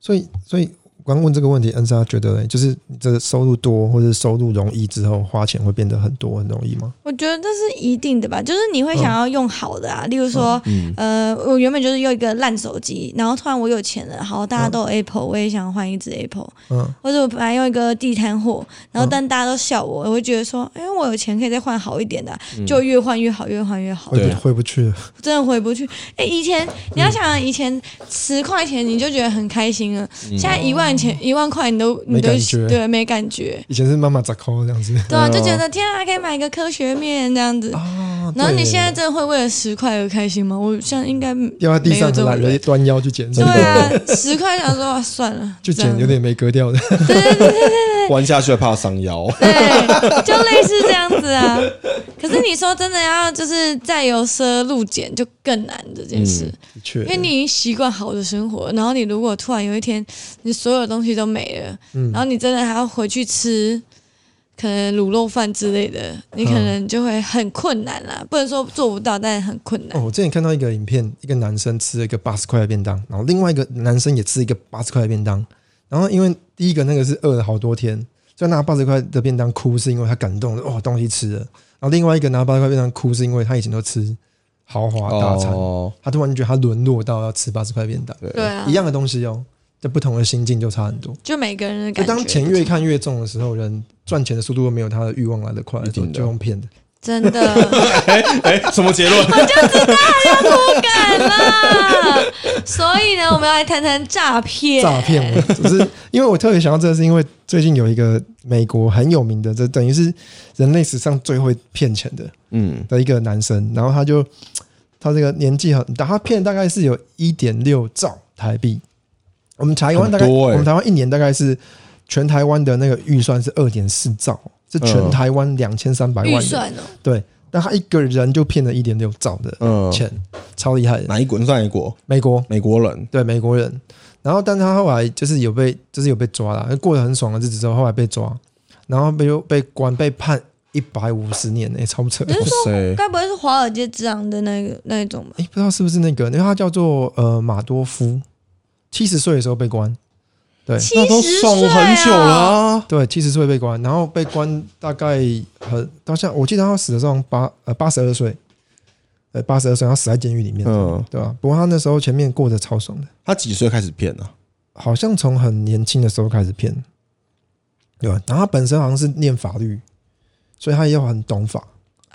所以，所以我刚问这个问题，恩莎觉得嘞，就是你这个收入多或者收入容易之后，花钱会变得很多很容易吗？我觉得这是一定的吧，就是你会想要用好的啊，例如说，嗯，呃，我原本就是用一个烂手机，然后突然我有钱了，好，大家都有 Apple，、我也想换一只 Apple，嗯，或者我本来用一个地摊货，然后嗯但大家都笑我，我会觉得说，哎、我有钱可以再换好一点的啊、就越换越好，越换越好，回对不回不去了，真的回不去。哎、以前你要想啊以前十块钱你就觉得很开心了，嗯现在一万钱一万块你都你没都感觉对没感觉，以前是妈妈砸扣这样子对啊，嗯就觉得天啊，可以买个科学面这样子。啊然后你对现在真的会为了十块而开心吗？我现在应该掉在地没有上，这种懒人人端腰去捡，对啊，十块想说啊算了，就这样捡有点没格调的， 弯下去还怕伤腰，对，就类似这样子啊。可是你说真的要就是再由奢入俭，就更难这件事，的确，因为你已经习惯好的生活，然后你如果突然有一天你所有东西都没了，嗯然后你真的还要回去吃。可能卤肉饭之类的，你可嗯能就会很困难啦，不能说做不到，但很困难。哦，我之前看到一个影片，一个男生吃了一个八十块的便当，然后另外一个男生也吃一个八十块的便当，然后因为第一个那个是饿了好多天，就拿八十块的便当哭，是因为他感动了，哦，东西吃了。然后另外一个拿八十块便当哭，是因为他以前都吃豪华大餐，哦，他突然觉得他沦落到要吃八十块便当，对啊一，样的东西哦，在不同的心境就差很多。就每个人的就感觉。当钱越看越重的时候，人赚钱的速度没有他的欲望来的快的时候，一定的就用骗的。真 的哎，什么结论？ 不敢啦。所以呢，我们要来谈谈诈骗。诈骗我，只是因为我特别想到这个，是因为最近有一个美国很有名的，这等于是人类史上最会骗钱的嗯，的一个男生，然后他就他这个年纪很大，他骗大概是有一点六兆台币，我们台湾大概、很多欸我们台湾一年大概是全台湾的那个预算是二点四兆，是全嗯台湾两千三百预万人，算哦，对，但他一个人就骗了一点六兆的嗯钱，超厉害的，哪一国？你算哪一国？美国美国人，对美国人。然后，但他后来就是有被，就是有被抓了，过得很爽的日子之后，后来被抓，然后被被关，被判一百五十年，哎、超扯！你是说谁？该不会是华尔街之狼的那个那一种吧？哎、不知道是不是那个，因为他叫做呃马多夫，七十岁的时候被关，对那都七十岁送很久了啊，啊，对，七十岁被关，然后被关大概很，到像我记得他死的时候好像八呃八十二岁，呃八十二岁，然后死在监狱里啊面，嗯，对吧、不过他那时候前面过得超爽的。他几岁开始骗啊？好像从很年轻的时候开始骗，对吧？然后他本身好像是念法律，所以他也很懂法。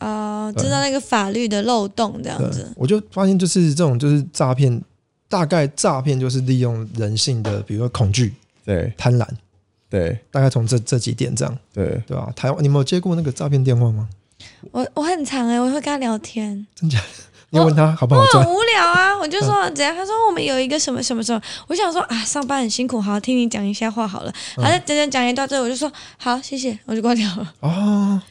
哦，知道那个法律的漏洞这样对子，。我就发现就是这种就是诈骗，大概诈骗就是利用人性的，比如说恐惧、对贪婪，对大概从这这几点这样，对，对吧？台湾，你们有接过那个诈骗电话吗？哦我我很常哎、我会跟他聊 天，你有问他好不好我赚哦很？无聊啊，嗯我就说怎样，他说我们有一个什么什么什么，我想说啊，上班很辛苦，好听你讲一下话好了。嗯然后讲讲讲一大堆，我就说好，谢谢，我就挂掉了。哦，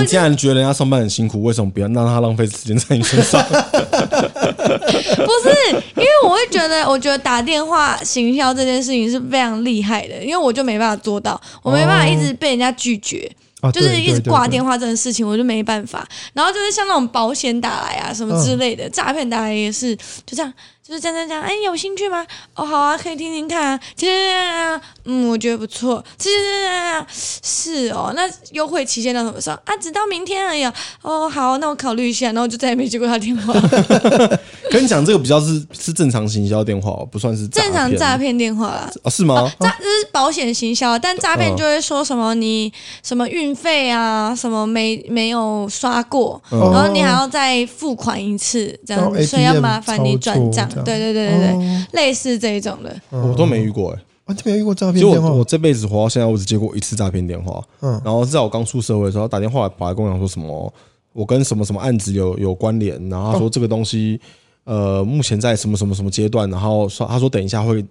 你既然觉得人家上班很辛苦，为什么不要让他浪费时间在你 身上？不是，因为我会觉得，我觉得打电话行销这件事情是非常厉害的，因为我就没办法做到，我没办法一直被人家拒绝，啊，哦就是一直挂电话。话这种事情，我就没办法。然后就是像那种保险打来啊，什么之类的，诈骗打来也是，就这样，就是这样这样这样。哎，有兴趣吗？哦，好啊，可以听听看啊。听听看啊，嗯，我觉得不错。是嗯是哦，那优惠期限到什么时候啊？直到明天而已哦。哦，好，那我考虑一下。然后我就再也没接过他电话。跟你讲，这个比较是是正常行销电话，不算是正常诈骗骗电话啦，啊？是吗？诈这是保险行销，但诈嗯骗就会说什么你什么运费啊，什么没没有刷过，哦然后你还要再付款一次，这样哦子，所以要 ATM 麻烦你转账操作这样。对对对对对，哦嗯类似这一种的，我都没遇过哎、完全没有遇过诈骗就电话我。我这辈子活到现在，我只接过一次诈骗电话。嗯然后在我刚出社会的时候，他打电话来跑来跟我讲说什么，我跟什么什么案子有有关联，然后他说这个东西，呃，目前在什么什么什么阶段，然后说他说等一下会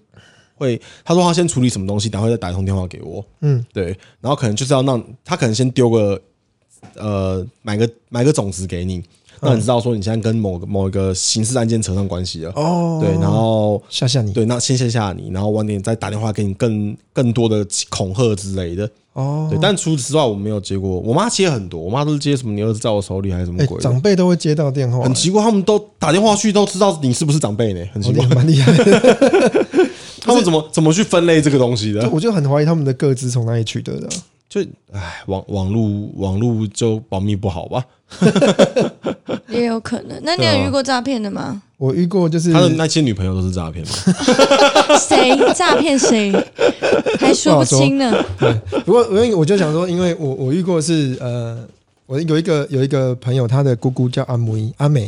会，他说他先处理什么东西，然后再打一通电话给我，嗯，对，然后可能就是要让他可能先丢个呃买个买个种子给你，让你知道说你现在跟某个某一个刑事案件扯上关系了，哦，对，然后。吓吓你对，那先谢下你，然后晚点再打电话给你更更多的恐吓之类的。哦。对，但除此之外我没有接过，我妈接很多，我妈都是接什么你儿子在我手里还是什么哎，鬼的，长辈都会接到电话，很奇怪，他们都打电话去都知道你是不是长辈呢，很奇怪哦。蛮厉害的。他他们怎么怎么去分类这个东西就的？我就很怀疑他们的各自从哪里取得的啊。就哎，网网络网络就保密不好吧？也有可能。那你有对啊遇过诈骗的吗？我遇过就是他的那些女朋友都是诈骗吗？谁诈骗谁， 还说不清呢。不过我我就想说，因为我我遇过是呃，我有一个有一个朋友，他的姑姑叫阿母伊阿美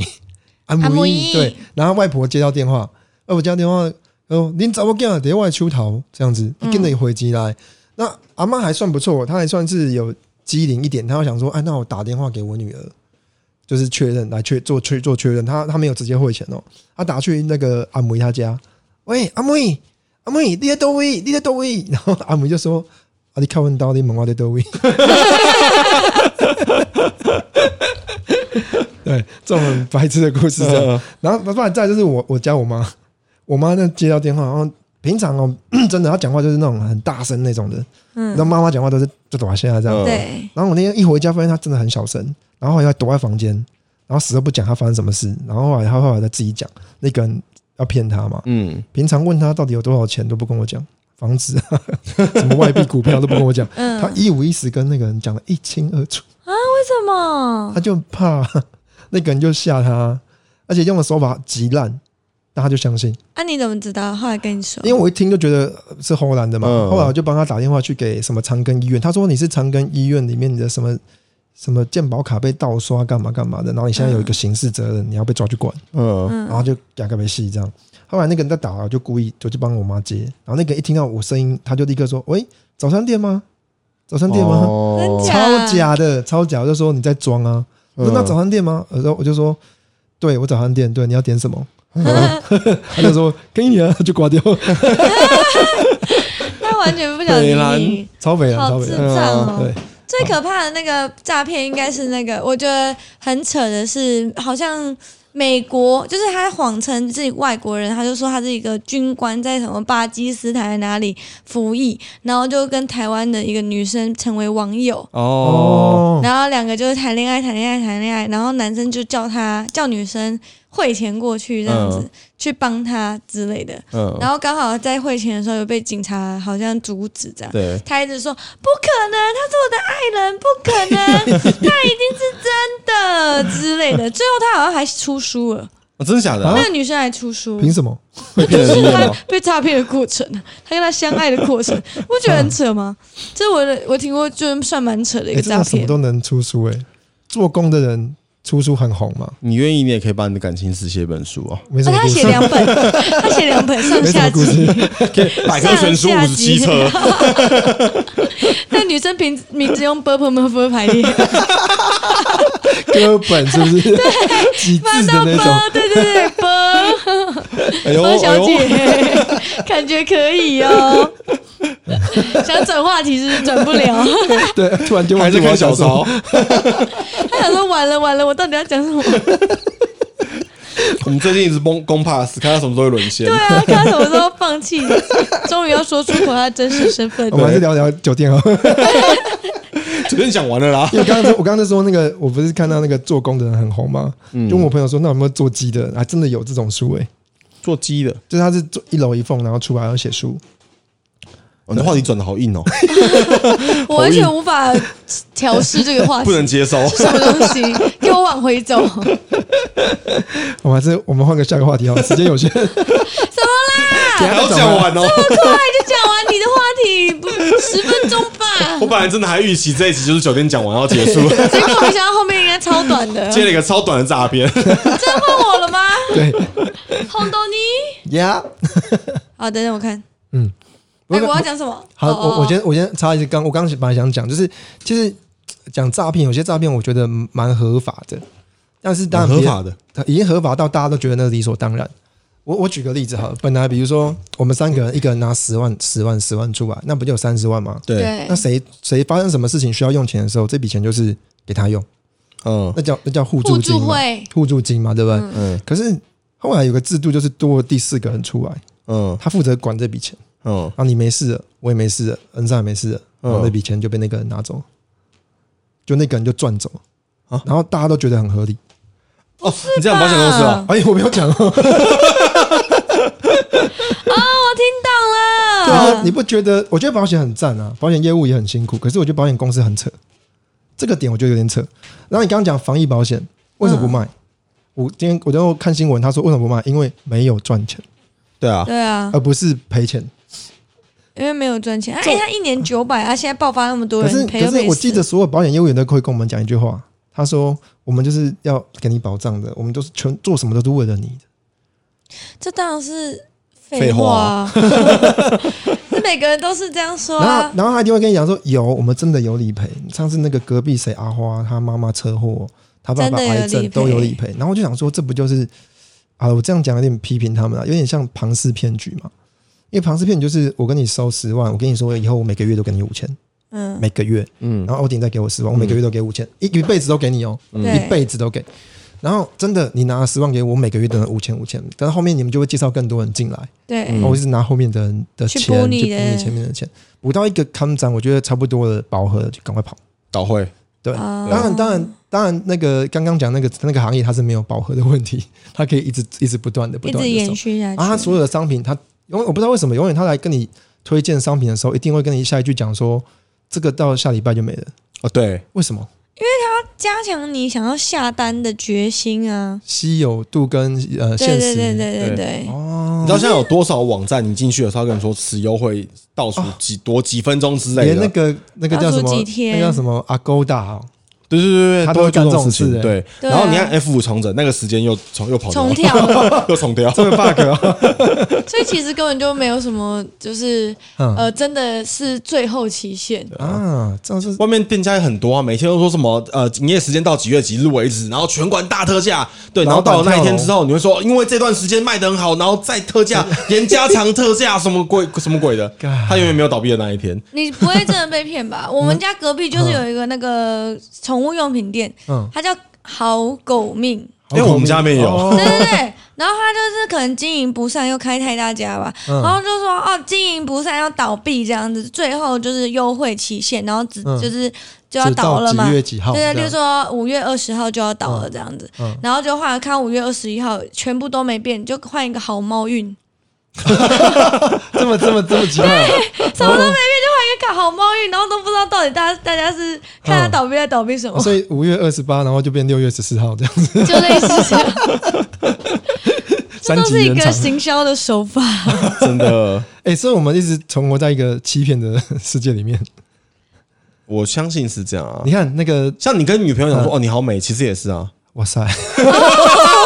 阿阿母母伊伊对，然后外婆接到电话，外婆接到电话，哦，您找我干在外出逃这样子，跟着回击来。那阿妈还算不错，她还算是有机灵一点，她会想说，哎、那我打电话给我女儿。就是确认来确做确做确认，她她没有直接汇钱哦，她打去那个阿母伊她家，喂阿母伊阿母伊你在多位你在多位，然后阿母就说啊，你看问到你门外在多位。 对，这种很白痴的故事这样。嗯然后，不然再来就是我我家我妈，我妈那接到电话，然后平常哦， 真的她讲话就是那种很大声那种的，然后嗯，妈妈讲话都是就躲在现在这样。嗯对，然后我那天一回家发现她真的很小声，然后后来躲在房间，然后死都不讲她发生什么事，然后后来她后来她自己讲，那个人要骗她嘛，嗯，平常问她到底有多少钱都不跟我讲，房子啊， 什么外币股票都不跟我讲。嗯，他一五一十跟那个人讲的一清二楚，为什么他？就怕 那个人就吓他，而且用的手法极烂，大家就相信。啊，你怎么知道？后来跟你说，因为我一听就觉得呃是侯兰的嘛，嗯后来我就帮他打电话去给什么长庚医院，他说你是长庚医院里面你的什么什么健保卡被盗刷干嘛干嘛的，然后你现在有一个刑事责任，你要被抓去关，嗯，然后就两个没戏这样。后来那个人在打，我就故意我就帮我妈接，然后那个人一听到我声音，他就立刻说：“喂，早餐店吗？早餐店吗？”真哦假超假的，超假！我就说你在装啊。我说嗯那早餐店吗？我说我就说，对我早餐店，对你要点什么？ 他就说可以啊，就挂掉，他完全不想理北兰你，超肥啊，超好肥智啊！障哦！对，最可怕的那个诈骗应该是那个，我觉得很扯的是，好像美国就是他谎称自己外国人，他就说他是一个军官，在什么巴基斯坦哪里服役，然后就跟台湾的一个女生成为网友。哦，哦，然后两个就是谈恋爱，谈恋爱，谈恋爱，然后男生就叫他叫女生汇钱过去，这样子、嗯去帮他之类的。嗯，然后刚好在汇钱的时候有被警察好像阻止这样，对，他一直说不可能，他是我的爱人，不可能，他一定是真的之类的。最后他好像还出书了，啊真的假的啊那？个女生还出书，凭什么？会骗人就是经验他吗？被诈骗的过程，他跟他相爱的 过程，不觉得很扯吗？这是我的我听过，就是算蛮扯的一哎，个真诈的什么骗。都能出书哎，做工的人出书很红嘛，你愿意，你也可以把你的感情史写一本书啊，没什哦么他故写事，两本，他写 两本上没什下么故集，事， 百科全书上五下十集七 册，那女生名名字用 purple purple 排列，歌本是不是？几字 翻的到那种，波，对对对波。哎呦，何哎小姐呦，， 感觉可以 哦。想转话题是不是转不了？对，突然就还忘记在我看要小讲什么抄，他想说完了完了，我到底要讲什么？ 我们最近一直崩攻 pass，看他什么时候会沦陷对。啊，看他什么时候放弃，终于要说出口他真实身份哦哦我。们还是聊聊酒店好了。昨天讲完了啦 因，为刚刚我刚刚说那个，我不是看到那个做工的人很红吗？嗯就问我朋友说，那有没有做鸡的？还啊真的有这种书诶、哎做鸡的，就是他是做一楼一缝，然后出来然后写书。哦你的话题转的好硬哦，我完全无法调试这个话题 不，能接受。是什么东西？给我往回走，什么我还是我们换个下个话题好了，时间有限， 啦？ 还要讲完这哦，么快就讲完你的话题，不十分钟吧我？本来真的还预期这一集就是酒店讲完要结束， 结果没想到后面应该超短的。接了一个超短的诈骗。真的换我了吗？对红豆泥。呀。好，啊等等我看。嗯，哎、我要讲什么？好，哦哦我我先我先插一句，刚我刚本来想讲，就是其实讲诈骗，有些诈骗我觉得蛮合法的，但是当然蛮合别法的，它已经合法到大家都觉得那是理所当然。我我举个例子好了，本来比如说我们三个人，一个人拿十万、十万、十万出来，那不就有三十万吗？对，对那谁谁发生什么事情需要用钱的时候，这笔钱就是给他用，嗯那叫那叫互助互金助嘛，会，互助金嘛，对不对？嗯可是后来有个制度，就是多了第四个人出来，嗯他负责管这笔钱，嗯，啊然后你没事了，我也没事了，恩上也没事了，然后嗯那笔钱就被那个人拿走，就那个人就赚走，啊然后大家都觉得很合理。哦，你这嗯样保险公司啊？哎，我没有讲哦，哦，我听懂了， 你不觉得？我觉得保险很赞啊，保险业务也很辛苦，可是我觉得保险公司很扯，这个点我觉得有点扯。然后你刚刚讲防疫保险为嗯什么不卖？我今天我就看新闻，他说为什么不卖？因为没有赚钱，对啊，对啊，而不是赔钱。因为没有赚钱。哎、他一年九百啊，现在爆发那么多可是人可赔都是赔我死记得所有保险业务员都会跟我们讲一句话，他说我们就是要给你保障的，我们都是全做什么都是为了你的。这当然是废废话啊， 这每个人都是这样说然后啊。然后他一定会跟你讲说有，我们真的有理赔。上次那个隔壁谁阿花，她妈妈车祸，她爸爸真的有癌症理赔都有理赔。然后我就想说，这不就是啊？我这样讲有点批评他们啊，有点像庞氏骗局嘛。因为庞氏骗局就是我跟你收十万，我跟你说以后我每个月都给你五千，嗯，每个月，嗯，然后欧鼎再给我十万，我每个月都给五千，一一辈子都给你哦。一对，辈子都给。然后真的，你拿了十万给我，我每个月都能五千五千，但是后面你们就会介绍更多人进来，对然嗯后我一直拿后面的人的去钱补去补你你的前面的钱，补到一个康涨，我觉得差不多了，饱和了就赶快跑。倒会，对，啊当然当然当然，那个刚刚讲那个那个行业它是没有饱和的问题，它可以一直一直不断的不一断直的延续下去。啊，他所有的商品，他永远我不知道为什么，永远他来跟你推荐商品的时候，一定会跟你下一句讲说，这个到下礼拜就没了，哦，对，为什么？加强你想要下单的决心啊！稀有度跟呃对现对实对对对对，哦你知道现在有多少网站你进去的时候，他跟你说此优惠倒数几多几分钟之类连那的，个那个叫什倒么数几，天那叫什么 Agoda 哦，对对对对，他都都会会干干这这种种事事情，对。对啊然后你看 F 五重整，那个时间又重又跑掉重了，跳，又 重掉，这么 bug 哦，所以其实根本就没有什么，就是嗯呃，真的是最后期限。啊，这样是外面店家也很多啊，每天都说什么呃营业时间到几月几日为止，然后全馆大特价。对，然后到了那一天之后，你会说因为这段时间卖的很好，然后再特价，连加长特价，什么鬼什么 鬼的， God 他永远没有倒闭的那一天。你不会真的被骗嗯吧？我们家隔壁就是有一个那个宠物用品店，嗯，它叫好狗命，因为哎我们家没有哦对对对。然后它就是可能经营不善，又开太大家吧，嗯然后就说哦，经营不善要倒闭这样子，最后就是优惠期限，然后只嗯就是就要直到倒了嘛几。月几号？这对对，就样是说五月二十号就要倒了这样子，嗯然后就换看五月二十一号，全部都没变，就换一个好猫运， 这么这么这么奇怪， 什么都没变，就换一个好猫运，然后都不知道到底大家大家是看他倒闭在倒闭什么哦，所以五月二十八，然后就变六月十四号这样子， 就类似这样，这三都级是一延个长。行销的手法。 真的，哎，所以我们一直存活在一个欺骗的世界里面。我相信是这样啊你。看那个，像你跟女朋友讲说、哦你好美，其实也是啊，哇塞，刀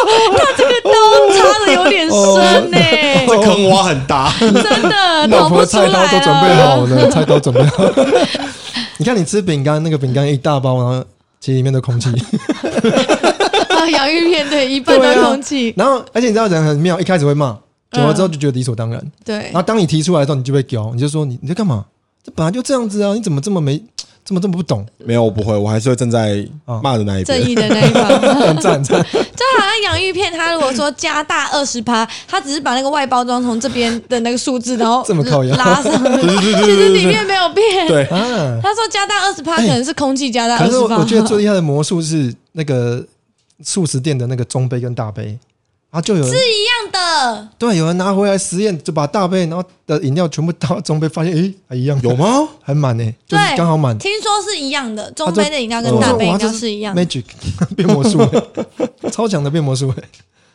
插的有点深呢、 这坑挖很大。 真的老逃婆不的出菜刀来啊都准备好了。了，菜刀准备好了。 你看你吃饼干，那个饼干一大包，然后其实里面的空气。 啊， 洋芋片对，一半对都啊空气，然后，而且你知道人很妙，一开始会骂，久了之后就觉得理所当然。对然后当你提出来的时候，你就被屌，你就说你你在干嘛？这本来就这样子啊，你怎么这么没，这么这么不懂？ 没有，我不会，我还是会站在骂的那一正边。义的那一方。很赞很赞， 就好像洋芋片，它如果说加大二十趴，它只是把那个外包装从这边的那个数字，然后 这么靠腰拉上， 对对对对其对实对里对面没有变。对啊！他说加大二十趴可能是空气加 大可二是十我趴，我觉得最厉害的魔术是那个素食店的那个中杯跟大杯，啊，就有人一样的。对有人拿回来实验，就把大杯然后的饮料全部倒到中杯，发现诶还一样，有吗？还满呢、就是对刚好满。听说是一样的，中他就哦杯的饮料跟大杯饮料是一样的， magic 变魔 术欸、超强的变魔术欸、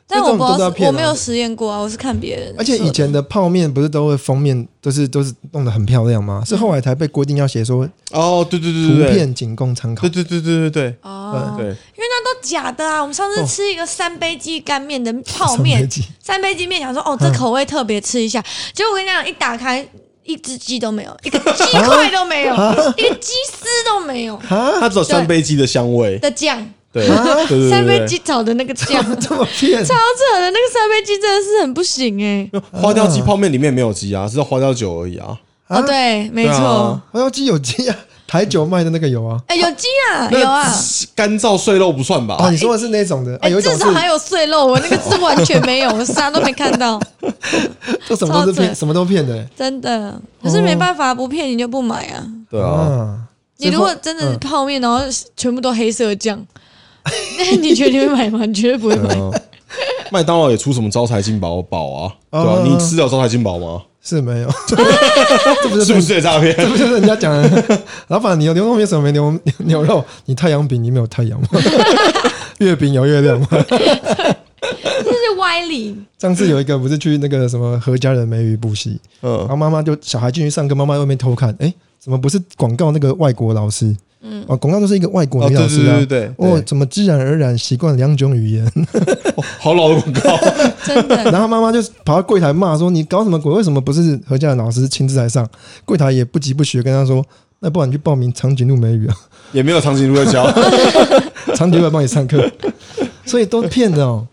但我这不种都知是道要是，骗啊我没有实验过啊，我是看别人说的。而且以前的泡面不是都会封面都是都是弄得很漂亮吗？嗯是后来才被规定要写说哦，对对对图对对，片仅供参考对，对对对对对哦，对，因为那都假的啊！我们上哦次吃一个三杯鸡干面的泡上飞面，机三杯鸡面想说嗯哦，这口味特别吃一下，结果我跟你讲，一打开一只鸡都没有， 一个鸡块都没有，啊一个鸡丝都没有啊它只有三杯鸡的香味。的酱，对对对对，啊三杯对鸡炒的那 个酱，超这么骗扯的，那个三杯鸡真的是很不行哎。花雕鸡泡面里面没有鸡啊，是花雕酒而已啊。哦，对，没对啊错，花椒鸡有鸡啊，台酒卖的那个有啊。哎，有鸡啊，那有啊。干燥碎肉不算吧？哦，你说的是那种的，啊，哎、哎有一种至是少还有碎肉，我那个是完全没有，我啥都没看到，这什么都是超准骗，什么都骗的欸。真的。可是没办法，不骗你就不买啊。对啊，啊，你如果真的是泡面，然后全部都黑色 酱，那你觉得你会买吗？你绝对不会对买。啊麦当劳也出什么招财进宝宝啊？对哦啊，你吃了招财进宝吗？是没有， 这不是是不是诈骗？这不就是人家讲的？老板，你有牛肉面什么没牛牛牛肉？你太阳饼你没有太 阳吗？月饼有月亮吗？ 这是歪理。上次有一个不是去那个什么何家人美语补习，然嗯，后妈妈就小孩进去上课，妈妈在外面偷看，哎、怎么不是广告那个外国老师？嗯，哦，广告都是一个外国哦，女对老对师啊。对对对，哦，对怎么自然而然习惯两种语言？哦 好老的广告， 真的， 然后妈妈就跑到柜台骂说：“你搞什么鬼？为什么不是何家人老师亲自来上？”柜台也不急不徐地跟他说：“那不然你去报名长颈鹿美语啊。” 也没有长颈鹿 在啊教。长颈鹿来帮你上课， 所以都骗的哦。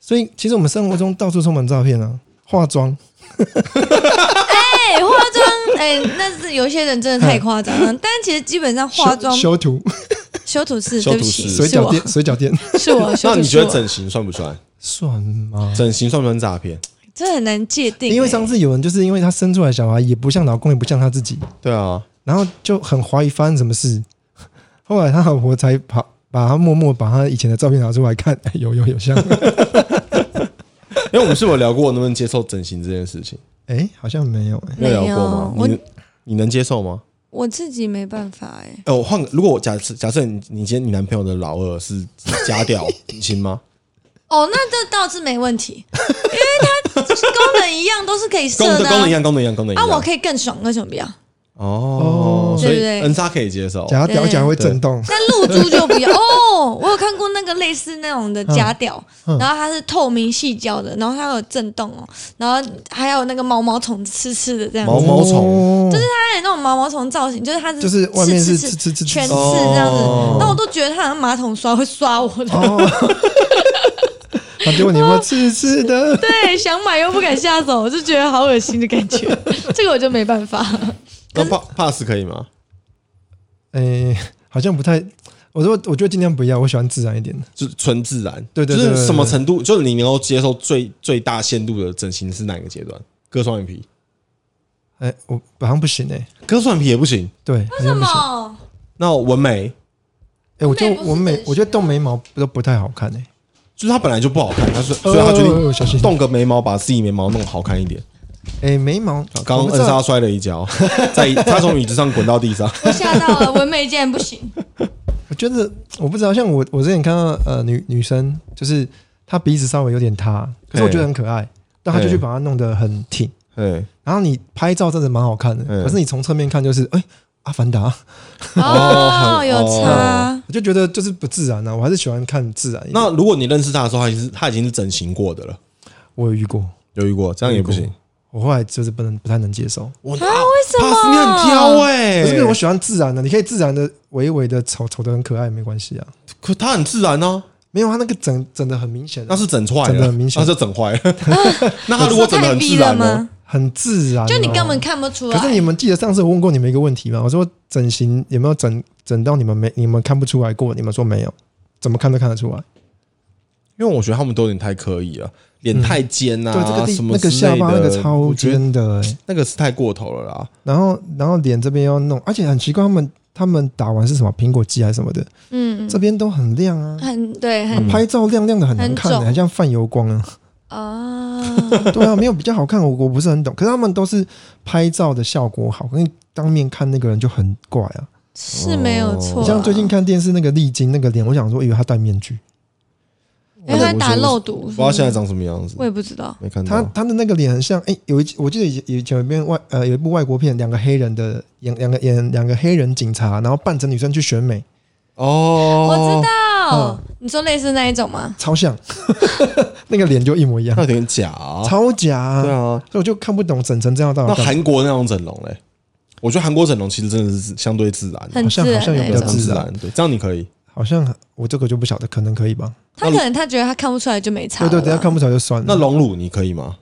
所以其实我们生活中到处充满诈骗啊，化妆 哎、化妆，哎、那是有些人真的太夸张了。但其实基本上化妆修修图、修图是，修对图不是起，水是啊饺我，店、 水饺店是 我。修那图你是觉得我整形算不算？算吗？整形算不算诈骗？这很难界定、因为哎上次有人就是因为他生出来小孩也不像老公，也不像他自己，对啊，然后就很怀疑发生什么事。后来他老婆才把把他默默把他以前的照片拿出来看， 哎有有有像，因哎为我们是不是有聊过能不能接受整形这件事情？哎、好像没有哎、没有啊聊过吗？我你你能接受吗？我自己没办法哎、哎、我换个，如果我假设假设你你今天你男朋友的老二是假屌， 你行吗？哦，那这倒是没问题，因为它功能一样，都是可以设功能的、功能一样，功能一样，功能一啊，样。我可以更爽，为什么不要？哦哦，所以对不对 N 杀可以接哦受。假屌假会对震动，但露珠就不要哦。我有看过那个类似那种的假屌，嗯然后它是透明细胶的，然后它有震动哦，然后还有那个毛毛虫刺刺的这样子，毛毛虫虫就是它有那种毛毛虫造型，就是它是哦就是外面是刺吃刺吃吃全吃刺这样子哦，那我都觉得它好像马桶刷会刷我的。哦， 他就问你有没有吃吃的。 对，想买又不敢下手，我就觉得好恶心的感觉，这个我就没办法。那 pa- pass 可以吗？诶、哎好像不太。我说，我觉得尽量不要，我喜欢自然一点的。就是纯自然，对对对就对是对什么程度，就是你能够接受最最大限度的整形是哪一个阶段？割双眼皮，诶、哎我好像不行诶、割双眼皮也不行。对，好像不行。诶、哎哦，那纹眉，我觉不得是我眉整，我觉得动眉毛都不太好看诶、哎就是它本来就不好看，它是所以它决哦定小心动个眉毛，把自己眉毛弄好看一点。诶、哎眉毛啊刚我刚不知恩道莎摔了 一跤，在他从椅子上滚到地上。我吓到了，纹眉竟然不行。我觉得我不知道，像我我之前看到呃女女生，就是她鼻子稍微有点塌，可是我觉得很可爱，但她就去把它弄得很挺。对，然后你拍照真的蛮好看的，嗯可是你从侧面看就是诶、阿凡达， 哦，哦有差哦，我就觉得就是不自然啊。我还是喜欢看自然一点。那如果你认识他的时候，他已经是他已经是整形过的了，我有遇过，有遇过，这样也不行。我后来就是不能不太能接受。我啊，为什么？你很挑哎、可是因为我喜欢自然的，你可以自然的、微微的丑，丑的很可爱，没关系啊。可他很自然呢、没有，他那个整整的很明显那啊，是整坏了，整得很明显那是整 坏了。 那他如果整的太很自逼了然哦呢？吗？很自然、啊就你根本。看不出哎可是你来。们记得上次我问过你们一个问题吗？我说整形有没有整整到你们没你们看不出来过？你们说没有，怎么看都看得出来。因为我觉得他们都有点太刻意了，脸太尖啊，嗯对，这个地什么那个之类下的巴那个超我觉得尖的、欸，那个是太过头了啦。然后然后脸这边要弄，而且很奇怪，他们他们打完是什么苹果肌还是什么的，嗯，这边都很亮啊，很对，很嗯拍照亮亮的很难看、很欸，肿很像泛油光啊。啊，对啊，没有比较好看，我我不是很懂。可是他们都是拍照的效果好，因为当面看那个人就很怪啊。是没有错你啊。像最近看电视那个丽晶那个脸，我想说，以为她戴面具，因为他打肉毒，不知道现在长什么样子我，也不知道。没看她到。她的那个脸很像，哎、有一集我记得以前以前有一篇外呃有一部外国片，两个黑人的演两个演两个黑人警察，然后扮成女生去选美，我哦知，嗯道，你说类似那一种吗？超像， 那个脸就一模一样那，有点假、啊。超假、啊对啊，所以我就看不懂整成这样到那底干嘛。韩国那种整容嘞，我觉得韩国整容其实真的是相对自然的，很好像自然好像有那比一较种自然，然。对，哎这样啊你可以。好像我这个就不晓得，可能可以吧？他可能他觉得他看不出来就没差对对，了。等一下看不出来就算了。那隆乳你可以吗？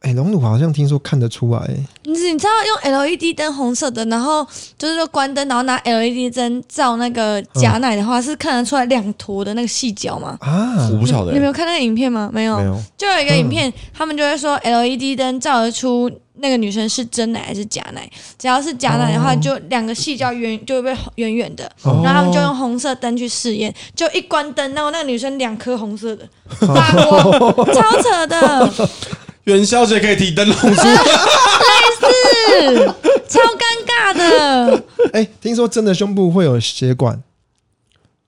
哎、龙乳好像听说看得出来、欸你知你知道用 LED 灯红色的，然后就是说关灯，然后拿 LED 灯照那个嗯假奶的话，是看得出来两坨的那个细角吗？啊，我不晓得你没欸，有看那个影片吗？没有，没有。就有一个影片，嗯他们就会说 LED 灯照得出那个女生是真奶还是假奶，只要是假奶的话，哦就两个细胶圆就会被圆圆的，哦然后他们就用红色灯去试验，就一哦关灯，然后那个女生两颗红色的发光，超扯的，元宵节可以提灯 笼出来，是超尴尬的。哎，听说真的胸部会有血管，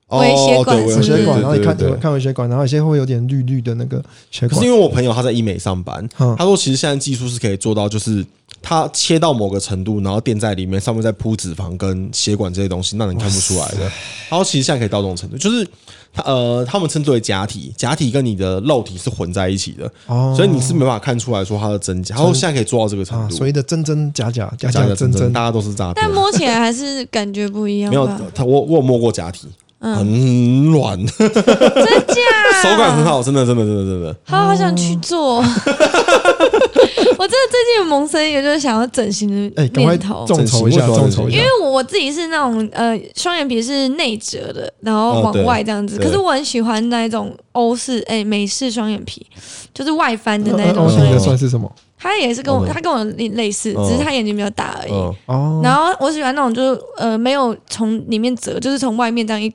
微血管哦对有是不是血管，对然后你看对对对看有血管，然后有些会有点绿绿的那个血可是管因，为我朋友他在医美上班，嗯他说其实现在技术是可以做到，就是它切到某个程度，然后垫在里面，上面再铺脂肪跟血管这些东西，那你看不出来的。他说其实现在可以到这种程度，就是他呃，他们称之为假体，假体跟你的肉体是混在一起的，哦所以你是没办法看出来说它的真假。他说现在可以做到这个程啊，度，所谓的真真假假，假假假的真真真，真，大家都是诈骗啊但。摸起来还是感觉不一样没有吧？他，我我有摸过假体，很软，手嗯 真假？感很好，真的真的真的真的。好好想去 做。我真的最近有萌生一个就是想要整形的哎，赶快念头，众筹一下，众筹一下因，为我我自己是那种呃双眼皮是内折的，然后哦往对外这样子，对可是我很喜欢那一种欧式哎、美式双眼皮，就是外翻的哦那那一种欧双型眼的皮。算是什么？他也是跟我嗯他跟我类类似，嗯只是他眼睛比较大而已。嗯，哦，然后我喜欢那种就是呃没有从里面折，就是从外面这样一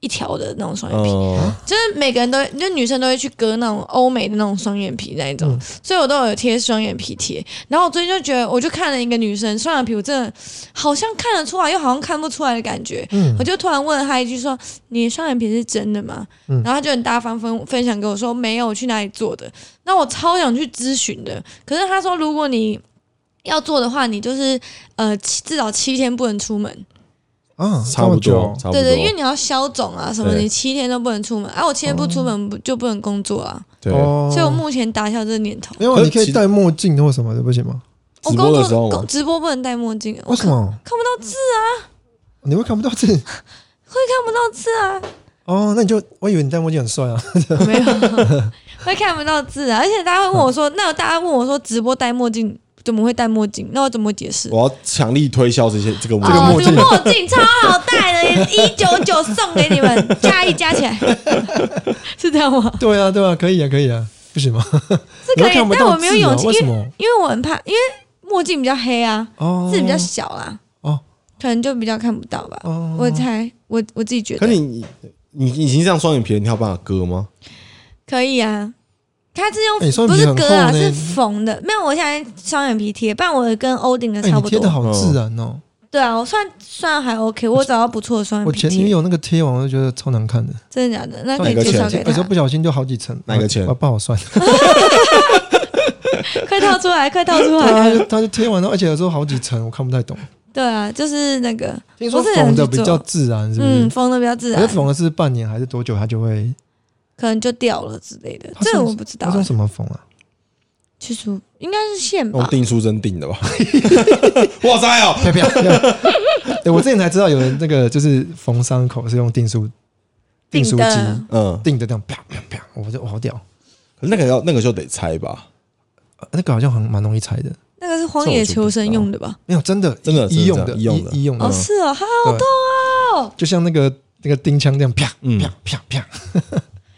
一条的那种双眼皮，嗯就是每个人都会就女生都会去割那种欧美的那种双眼皮那一种，嗯所以我都有贴双眼皮贴。然后我最近就觉得，我就看了一个女生双眼皮，我真的好像看得出来，又好像看不出来的感觉。嗯我就突然问她一句说：“你的双眼皮是真的吗？”嗯然后她就很大方分分享给我说：“没有，我去哪里做的？”那我超想去咨询的，可是她说如果你要做的话，你就是呃七至少七天不能出门。啊，差不这么多久，差不多。对对，因为你要消肿啊什么，对你七天都不能出门啊。我七天不出门不就不能工作啊，对哦，所以我目前打消这个念头。没有，你可以戴墨镜或什么的，不行吗？我直工播的作时候吗工直播不能戴墨镜，我为什看么？看不到字，啊你会看不到字会看不到字啊。哦？那你就我以为你戴墨镜很帅 啊，没有， 会看不到字啊。而且大家会问我说，那大家问我说，直播戴墨镜怎么会戴墨镜？那我怎么解释？我要强力推销这些这个我哦，墨这镜个墨镜超好戴的，一九九送给你们，加一加起来，是这样吗？对啊，对啊，可以啊，可以啊，不行吗？你这可会以看，不但到我没有字哦勇气，为什因么为因为我很怕，因为墨镜比较黑啊，哦，字比较小啦，哦可能就比较看不到吧。哦我猜，我我自己觉可得你你你已经这样双眼皮了，你还有办法割吗？可以啊。它是用、哎双眼不皮是很割啊，厚呢是缝的。没有，我现在双眼皮贴，不然我跟欧顶的哎，差你不贴多。的好自然哦。对啊，我算算还 OK，我找到不错的双眼我皮前女贴，友那个贴完，我就觉得超难看的，真的假哦的？那可哪以个介绍钱有给时他候，不小心就好几层。哎哪个钱我不好 算。快套出来，快套出他来。啊就他就贴完了，而且有时候好几层，我看不太懂。对啊，就是那个，听说不是缝很的去比做较自然，是不嗯，是？缝的比较自我觉得然，缝的是半年还是多久，它就会。可能就掉了之类的。它这是哦个我不知道它啊、用什么缝啊？去除应该是线用吧？订书针订的吧？ 哇塞哦！漂漂亮。 对，我之前才知道有人那个就是缝伤口是用订书订书机的嗯，订的，这样啪啪啪，我就我好屌。可是那个要那个就得拆吧？呃那个好像很蛮容易拆的，那个是荒野求生用的吧？没有真的真的医医真用的的医用的医医用的哦，，是哦，好嗯对痛哦！就像那个那个钉枪这样啪嗯啪啪啪。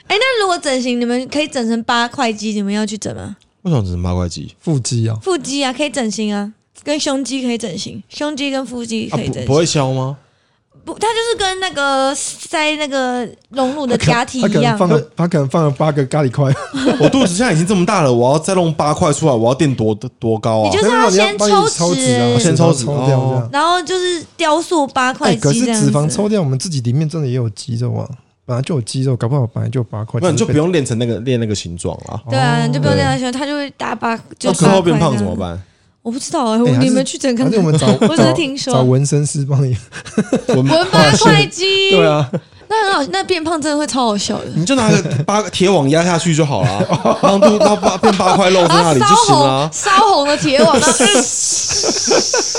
哎，那如果整形，你们可以整成八块肌，你们要去整吗？为什么只能八块肌？腹肌哦，腹肌啊，可以整形啊，跟胸肌可以整形，胸肌跟腹肌啊，可以不整不形。会消吗？ 不，它就是跟那个塞那个隆乳的假体他可一能样放，了他可能放了八个咖喱块，我肚子现在已经这么大了，我要再弄八块出来，我要垫多多高你啊就？是没有没有要你先帮你抽脂脂啊，先抽抽脂抽掉哦这样。然后就是雕塑八块哎，肌可是这样脂肪子。抽掉，我们自己里面真的也有肌肉啊，本来就有肌肉，搞不好本来就有八块。哎那你只就不是被用练成那个练那个形状啊。对啊，哦你就不用这样想，它就会打八，就那八之块后变胖这样怎么？办？我不知道哎，哎还你是们去整看还是我看。们找 我只是找听说找纹身师 帮你。我们纹八块肌，对啊，那很好，那变胖真的会超好笑的。你就拿个八个铁网压下去就好了，然后肚到八变八块 肉在然那后里就哦烧 行了红啊，烧红的铁网，然 后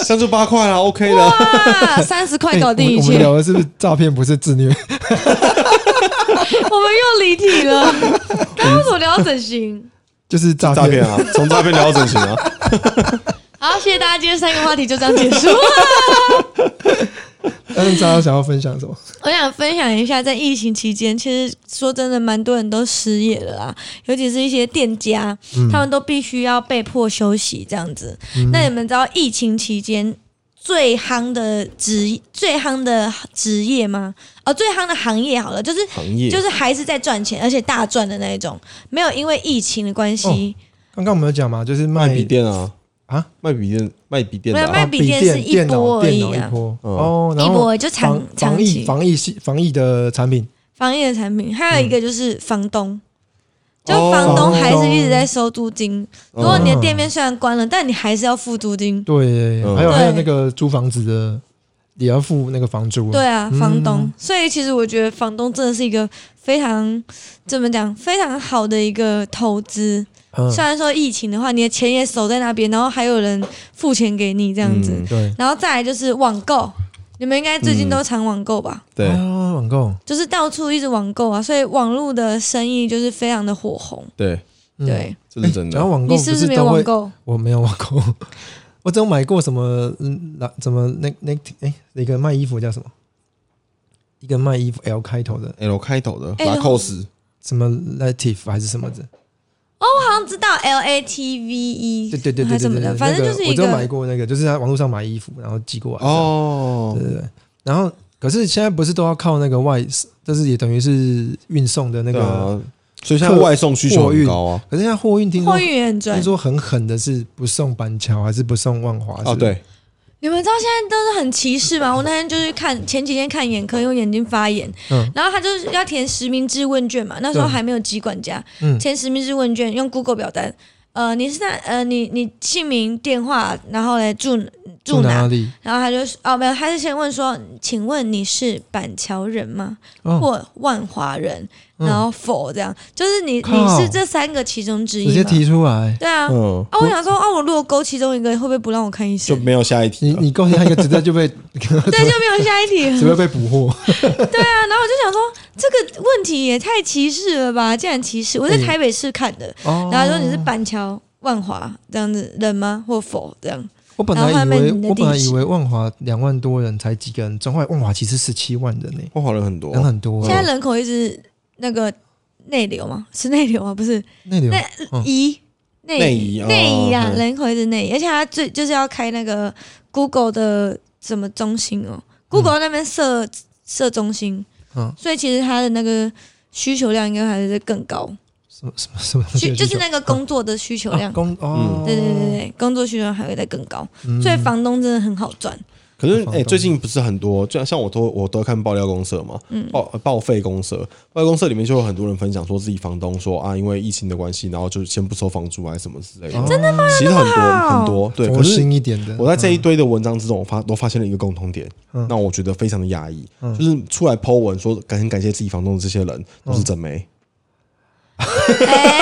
这样就八块了，OK 啊的。哇，三十块哎搞定一我们我切们。聊的是不是诈骗，不是自虐？ 我们又离题 了，刚刚为什么聊到整形？就是诈诈骗啊，从诈骗聊到整形啊。好，谢谢大家，今天三个话题就这样结束。 但是大家想要分享什么？我想分享一下，在疫情期间，其实说真的，蛮多人都失业了啦，尤其是一些店家，嗯他们都必须要被迫休息这样子。那你们知道疫情期间最夯的职最夯的职业吗？哦，最夯的行业好了，就是行业就是还是在赚钱，而且大赚的那一种，没有因为疫情的关系。刚刚我们有讲嘛，就是卖卖笔电啊啊，卖笔电卖笔电没的、有卖啊，笔电是一电脑波而电已脑啊一波嗯哦，然一后波就长防长防疫期防疫系防疫的产品，防疫的产品，还有一个嗯就是房东，就哦房东还是一直在收租金。哦如果你的店面虽然关了，但你还是要付租金。对，嗯还有还有对那个租房子的也要付那个房租，对，啊，房东。嗯所以其实我觉得房东真的是一个非常怎么讲，非常好的一个投资。嗯，虽然说疫情的话，你的钱也守在那边，然后还有人付钱给你这样子。嗯对，然后再来就是网购，你们应该最嗯近都常网购吧？对，啊，网购，就是到处一直网购啊，所以网络的生意就是非常的火红。对，嗯，对，这是真的。然后网购你是不是没都有会网购？我没有网购， 我只有买过什么，嗯，那怎么那那哎，那个卖衣服叫什么？一个卖衣服 L 开头的， L 开头的 L Lacos，什么 Latif 还是什么的？好像知道 L A T V E，对对对还对是什对么对，的，那反正就是个我一只有买个过那个，就是在网络上买衣服，然后寄过来。哦，哦对，对对。然后可是现在不是都要靠那个外，就是也等于是运送的那那个。个，啊所以现在外送需求很高啊。可是现在货运听说货运也很赚听。说很狠的是不送板桥，还是不送万华？哦，是不是，对，你们知道现在都是很歧视吗？ 我那天就是看前几天看眼科，因为我眼睛发炎，嗯然后他就是要填实名制问卷嘛，那时候对还没有疾管家，嗯填实名制问卷用 Google 表单。呃，你是在呃，你你姓名、电话，然后嘞住住哪哪？里？然后他就说哦没有，他是先问说，请问你是板桥人吗？哦，或万华人？嗯然后否这样，就是你靠你是这三个其中之直一接吗？提出来。对啊，嗯，啊，我想说，啊，我如果勾其中一个，会不会不让我看医就生？没有下一你 题了。你构下一个，直接就被 对，就没有下一题了。只会被捕获。啊然后我就想说，这个问题也太歧视了吧？竟然歧视！我在哎台北市看的，哦然后说你是板桥、万华这样子人吗？或否这样？我本然后来他以们为你的我本来地以址为万华两万多人才几个人，转换万华其实十七万人呢、万华人很多啊人，很多、现在人口一直那个内流嘛，是内流吗？不是那里有那嗯移内内移移哦内移啊，嗯人口一直内移，而且他最就是要开那个 Google 的什么中心哦，Google 那边设设中心，嗯所以其实它的那个需求量应该还是更高，什么什么什么东西需的需求，就是那个工作的需求量啊，工嗯哦、对对对对，工作需求量还会再更高，嗯所以房东真的很好赚，可是房哎、东最近不是很多，就像像我都我都看爆料公社嘛，嗯报报废公社，报废公社里面就有很多人分享说自己房东说啊，因为疫情的关系，然后就先不收房租啊什么之类的。真的吗？其实很多好很多，对。哦佛可是心一点的，我在这一堆的文章之中，我发都发现了一个共同点，嗯让我觉得非常的压抑，就是出来 Po 文说感很感谢自己房东的这些人都是嗯真没，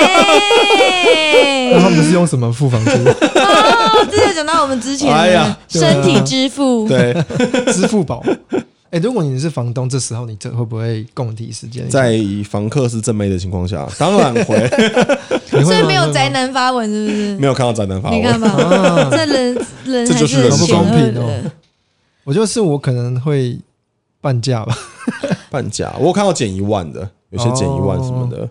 那他哎，们是用什么付房租？哦，这就讲到我们之前哎的呀身啊体之 父，对，支付宝。 哎、如果你是房东，这时候你这会不会共体时间？在房客是正妹的情况下，当然会你所会以吗没有会宅吗男发文是不是？没有看到宅 男发你看文，吧，啊这人人这还就是是人很不险公恶平哦的。我觉得是我可能会半价吧，半价，我有看到减一万的，有些减一万什么的，嗯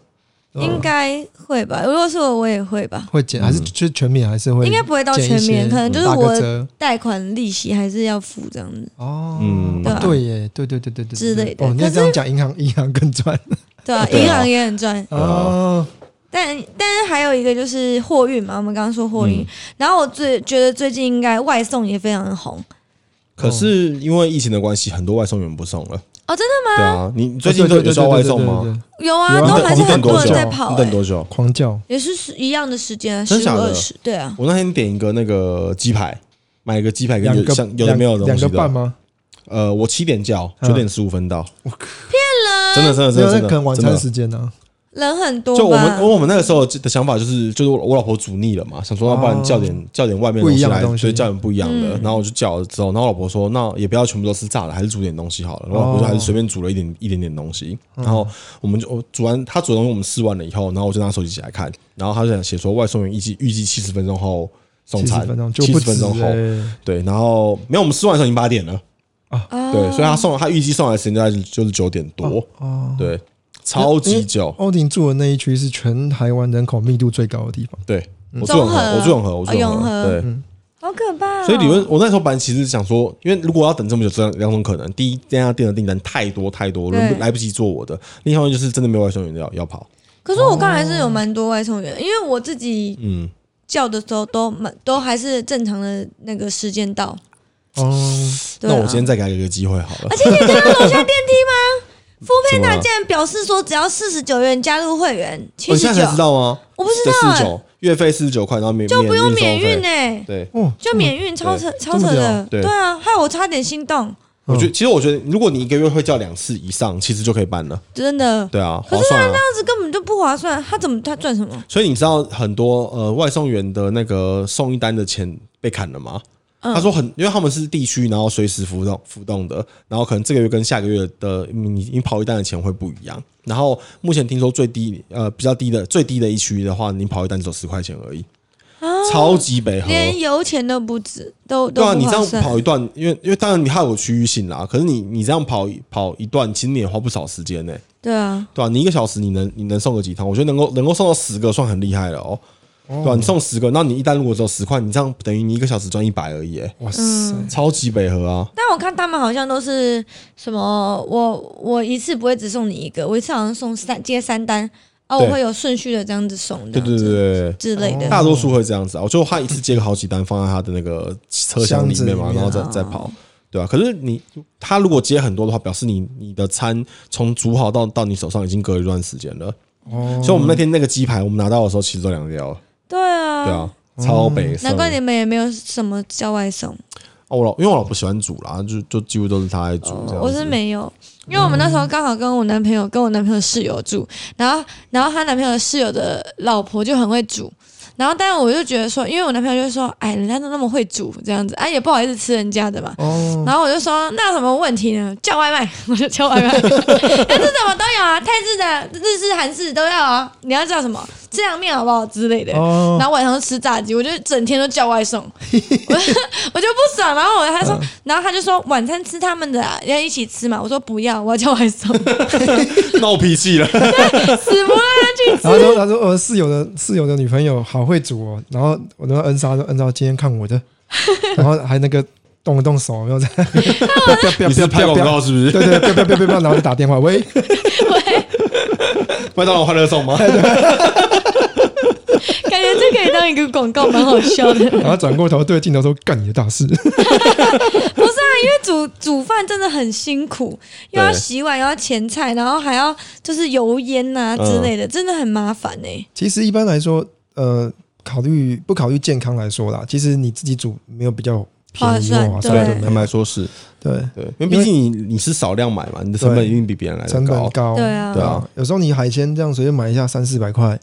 应该会吧。如果是我，我也会吧。呃会减嗯还是就是全免还是会应该不会到减一全免，些可能就是打个我折贷款利息还是要付这样子，哦，嗯啊对啊对耶，对对对对对之类的哦，你可要是这样讲，银行 银行更赚对吧、对啊银行也很赚，啊哦，但但是还有一个就是货运嘛，我们刚刚说货运。嗯然后我最觉得最近应该外送也非常的红可是嗯因为疫情的关系，很多外送员不送了。哦，真的对啊，你你最对近对都对有对收外对对送对吗？对有啊，有啊都还是你很等多多人久？在跑、你欸等，多久？狂叫也是一样的时间啊，十真五假的二十，对啊，我那天点一个那个鸡排，买一个鸡排两跟有个像有的没有的东两西个半的。吗？呃，我七点叫，嗯九点十五分到。我真的真的没真有，的那真的可能晚餐真的时间啊呢。人很多吧。就我们哦我们那个时候的想法就是，就是我老婆煮腻了嘛，想说要不然哦叫点叫点外面不一样的来，东西嗯所以叫点不一样的。然后我就叫了之后，然后我老婆说那也不要全部都吃炸的，还是煮点东西好哦了。然后我老婆就还是随便煮了一点一点点东西。嗯然后我们就我煮完她煮的东西我们试完了以后，然后我就拿手机起来看，然后她就想写说外送员预计预计七十分钟后送七十餐分钟，就七不十止分钟后欸对，然后没有我们吃完的时候已经八点了，啊对，所以她送她预计送来的时间大概就是九点多，哦。对，超级久。欧婷住的那一区是全台湾人口密度最高的地方，对，我住中永和和，我住永和，我住哦永永和和，对。好可怕、哦。所以理论，我那时候本来其实想说，因为如果要等这么久，这样两种可能：第一，这家店的订单太多太多，对轮不来不及做我的；另一方面就是真的没有外送员要要跑。可是我看还是有蛮多外送员的，因为我自己嗯，叫的时候都蛮都还是正常的那个时间到。哦，对那啊我今天再给他一个机会好了而。且你 有看到楼下电梯吗？富佩怎么娜了竟然表示说，只要四十九元加入会员，七我十哦现在才九，知道吗？我不知对，四道十欸，九月费四十九块，然后免就不用免运收运费。哎，对，哦，就免运，超扯超扯这的么，屌对对啊，害我差点心动，我觉得其实我觉得，如果你一个月会叫两次以上，其实就可以办了。真的。对啊，可划是他算那啊。样子根本就不划算，他怎么他赚什么？所以你知道很多呃外送员的那个送一单的钱被砍了吗？嗯他说很，因为他们是地区，然后随时浮动浮动的，然后可能这个月跟下个月的你你跑一单的钱会不一样。然后目前听说最低呃比较低的最低的一区的话，你跑一单只有十块钱而已，超级北和。啊连油钱都不止，都对都啊，不你这划样算。跑一段，因为因为当然你还有区域性啦，可是你你这样跑一跑一段，其实你也花不少时间呢、对啊，对啊，你一个小时你能你能送个几趟？我觉得能够能够送到十个算很厉害了哦，对吧、你送十个，那你一单如果只有十块，你这样等于你一个小时赚一百而已、欸，哇塞，超级北河啊！但我看他们好像都是什么，我我一次不会只送你一个，我一次好像送三接三单啊，对我会有顺序的这样子送，这对样子对对对之类的。大多数会这样子啊。我就他一次接个好几单，放在他的那个车厢里面嘛，箱子里面然后再哦再跑。对啊，可是你他如果接很多的话，表示你你的餐从煮好到到你手上已经隔一段时间了。哦，所以我们那天那个鸡排，我们拿到的时候其实都凉掉了，对啊，对啊，超北宋。难怪你们也没有什么叫外送，哦，我老因为我老婆喜欢煮啦，就就几乎啊都是她在煮这样子。哦我是没有，因为我们那时候刚好跟我男朋友跟我男朋友室友住，然后然后她男朋友室友的老婆就很会煮。然后，但我就觉得说，因为我男朋友就说，哎，人家都那么会煮，这样子，哎、也不好意思吃人家的嘛。哦，然后我就说，那有什么问题呢？叫外卖，我就叫外卖， 要吃什么都有啊，泰式的、日式、韩式都要啊。你要叫什么？吃凉面好不好之类的。哦然后晚上就吃炸鸡，我就整天都叫外送，我 我就不爽。然后我他说，嗯然后他就说晚餐吃他们的、啊，要一起吃嘛。我说不要，我要叫外送，啊闹脾 气了，死不让他去然后他说他说我室友的室友的女朋友好会煮哦，然后我那恩莎说恩莎今天看我的，然后还那个动了动手，然后在你是拍广告是不是？对对对，不要不要不要，然后就打电话喂，麦当劳欢乐颂吗？吃，感觉这可以当一个广告，蛮好笑的。 然后转过头对镜头说干你的大事，不是啊，因为煮煮饭真的很辛苦，又要对洗碗，又要前菜，然后还要就是油烟呐、嗯之类的，真的很麻烦欸呢、其实一般来说，呃，考虑不考虑健康来说啦，其实你自己煮没有比较便宜又划划算的，算对他没们有来说是对对，因为毕竟你你是少量买嘛，你的成本一定比别人来成的本高。高，对啊对啊，有时候你海鲜这样随便买一下三四百块，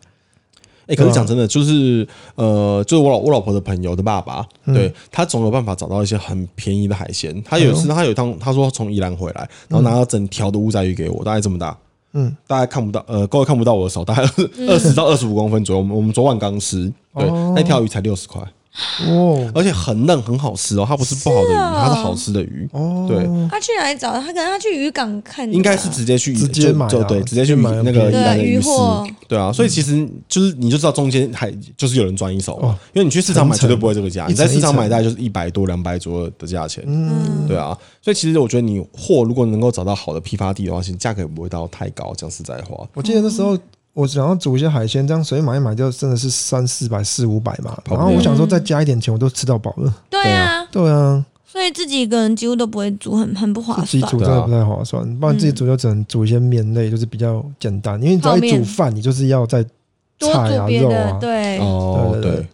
哎，可是讲真的，就是呃，就是我老我老婆的朋友的爸爸，嗯对他总有办法找到一些很便宜的海鲜。他有一哎次他有一趟，他说从宜兰回来，然后拿到整条的乌仔鱼给我，大概这么大。嗯，大家看不到，呃，各位看不到我的手，大概二嗯十到二十五公分左右。我们我们昨晚刚吃，对，哦那条鱼才六十块，哦而且很嫩，很好吃哦。它不是不好的鱼，是哦它是好吃的鱼。哦，对，他去哪里找？他可能他去渔港看的吧，应该是直接去直接买啊就就对，直直接接去买那个很便宜宜对啊兰的渔鱼市货，对啊，所以其实就是你就知道中间还就是有人赚一手嘛，因为你去市场买层绝对不会这个价，一层你在市一场哦层买大概就是一百多两百左右的价钱，嗯，对啊，所以其实我觉得你货如果能够找到好的批发地的话，其实价格也不会到太高，讲实在话，我记得那时候我想要煮一些海鲜，这样随便买一买就真的是三四百、四五百嘛。跑不然了后我想说再加一点钱，我都吃到饱了。对对啊，对啊，所以自己一个人几乎都不会煮，很很不划啊自己算。煮真的不太划算，不然自己煮就只能煮一些面类，就是比较简单。因为你只要一泡煮面饭，嗯你就是要在多菜煮啊、别肉的，啊，对。哦对，对对对。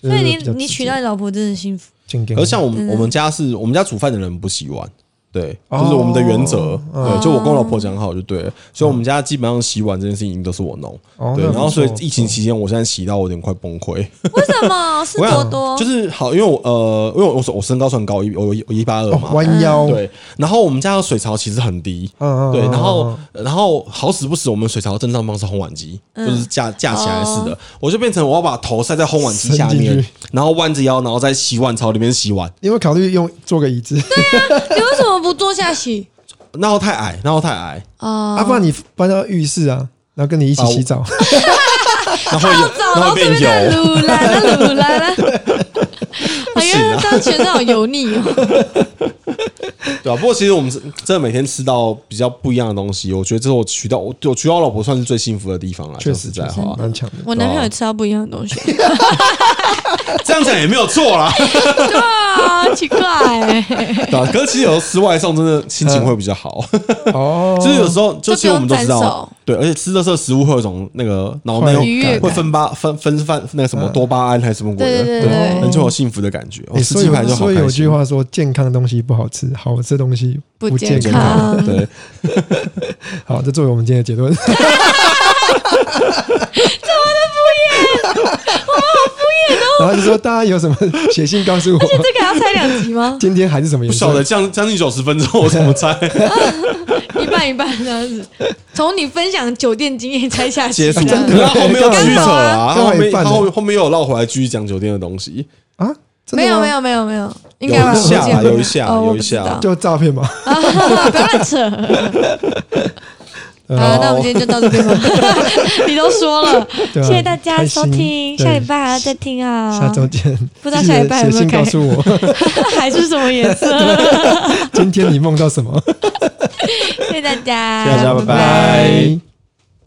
就所是以比较直接，你你娶到你老婆真的幸福，健康，可是像我们嗯我们家是我们家煮饭的人不洗碗，对，哦就是我们的原则，嗯对，就我跟我老婆讲好就对了，所以我们家基本上洗碗这件事情都是我弄，哦，对，那不然后所以错疫情期间我现在洗到我有点快崩溃，为什么是我想多多？就是好，因为我呃，因为我我身高算高，一我我一八二哦嘛，弯腰，对，然后我们家的水槽其实很低。嗯，嗯嗯，对，然后嗯然后好死不死，我们水槽正上方是烘碗机，嗯就是架架起来似的哦，我就变成我要把头塞在烘碗机下伸进面去，然后弯着腰，然后在洗碗槽里面洗碗。你有没有考虑用做个椅子？你为什么不坐下洗？那后太矮，那后太 矮，哦， 啊，不然你搬到浴室啊，然后跟你一起啊我洗澡。然好后有早然然后后这变边在油，撸啦啦撸啦啦，哎呀，这样全身好油腻哦。对啊，不过其实我们是真的每天吃到比较不一样的东西，我觉得这是我娶到我我娶到老婆算是最幸福的地方 了。确说实实在确实话，嗯蛮强的。我男朋友也吃到不一样的东西，这样讲也没有错 啦。对啊，奇怪、欸，对啊，可是其实有时候吃外送真的心情会比较好，哦， 就是有时候就其实我们都知就不用沾道手，对，而且吃热色食物会有一种那个脑内愉悦感会分巴分分散那个什么多巴胺还是什么鬼的，对对对对人就有幸福的感觉。我哦欸吃所以鸡排有就好所以有开句心。话说，健康的东西不好吃，好吃的东西不健健健康。康对，好，这作为我们今天的结 论。然后就说大家有什么写信告诉我，哦这个要猜两集吗？今天还是什么不颜晓得色？将将近九十分钟，我怎么猜？一半一半这样子，从你分享酒店经验猜下去结这束，样，真的然后后面又刚曲走折啊啊，他后刚好面一半他了后面后面又绕回来继续讲酒店的东西，啊？真的没有吗没，有没有没有，应该吧有一下啦我记得有一下哦有一我下不知道就诈骗嘛。 不要乱扯。好，那我们今天就到这边吧。你都说了，对啊谢谢大家开收心听，对下礼拜还要再听啊。下周见，不知道记下得礼拜有没写有信开告诉我， 还是什么颜色？今天你梦到什么？谢谢大家，谢谢大家拜拜拜。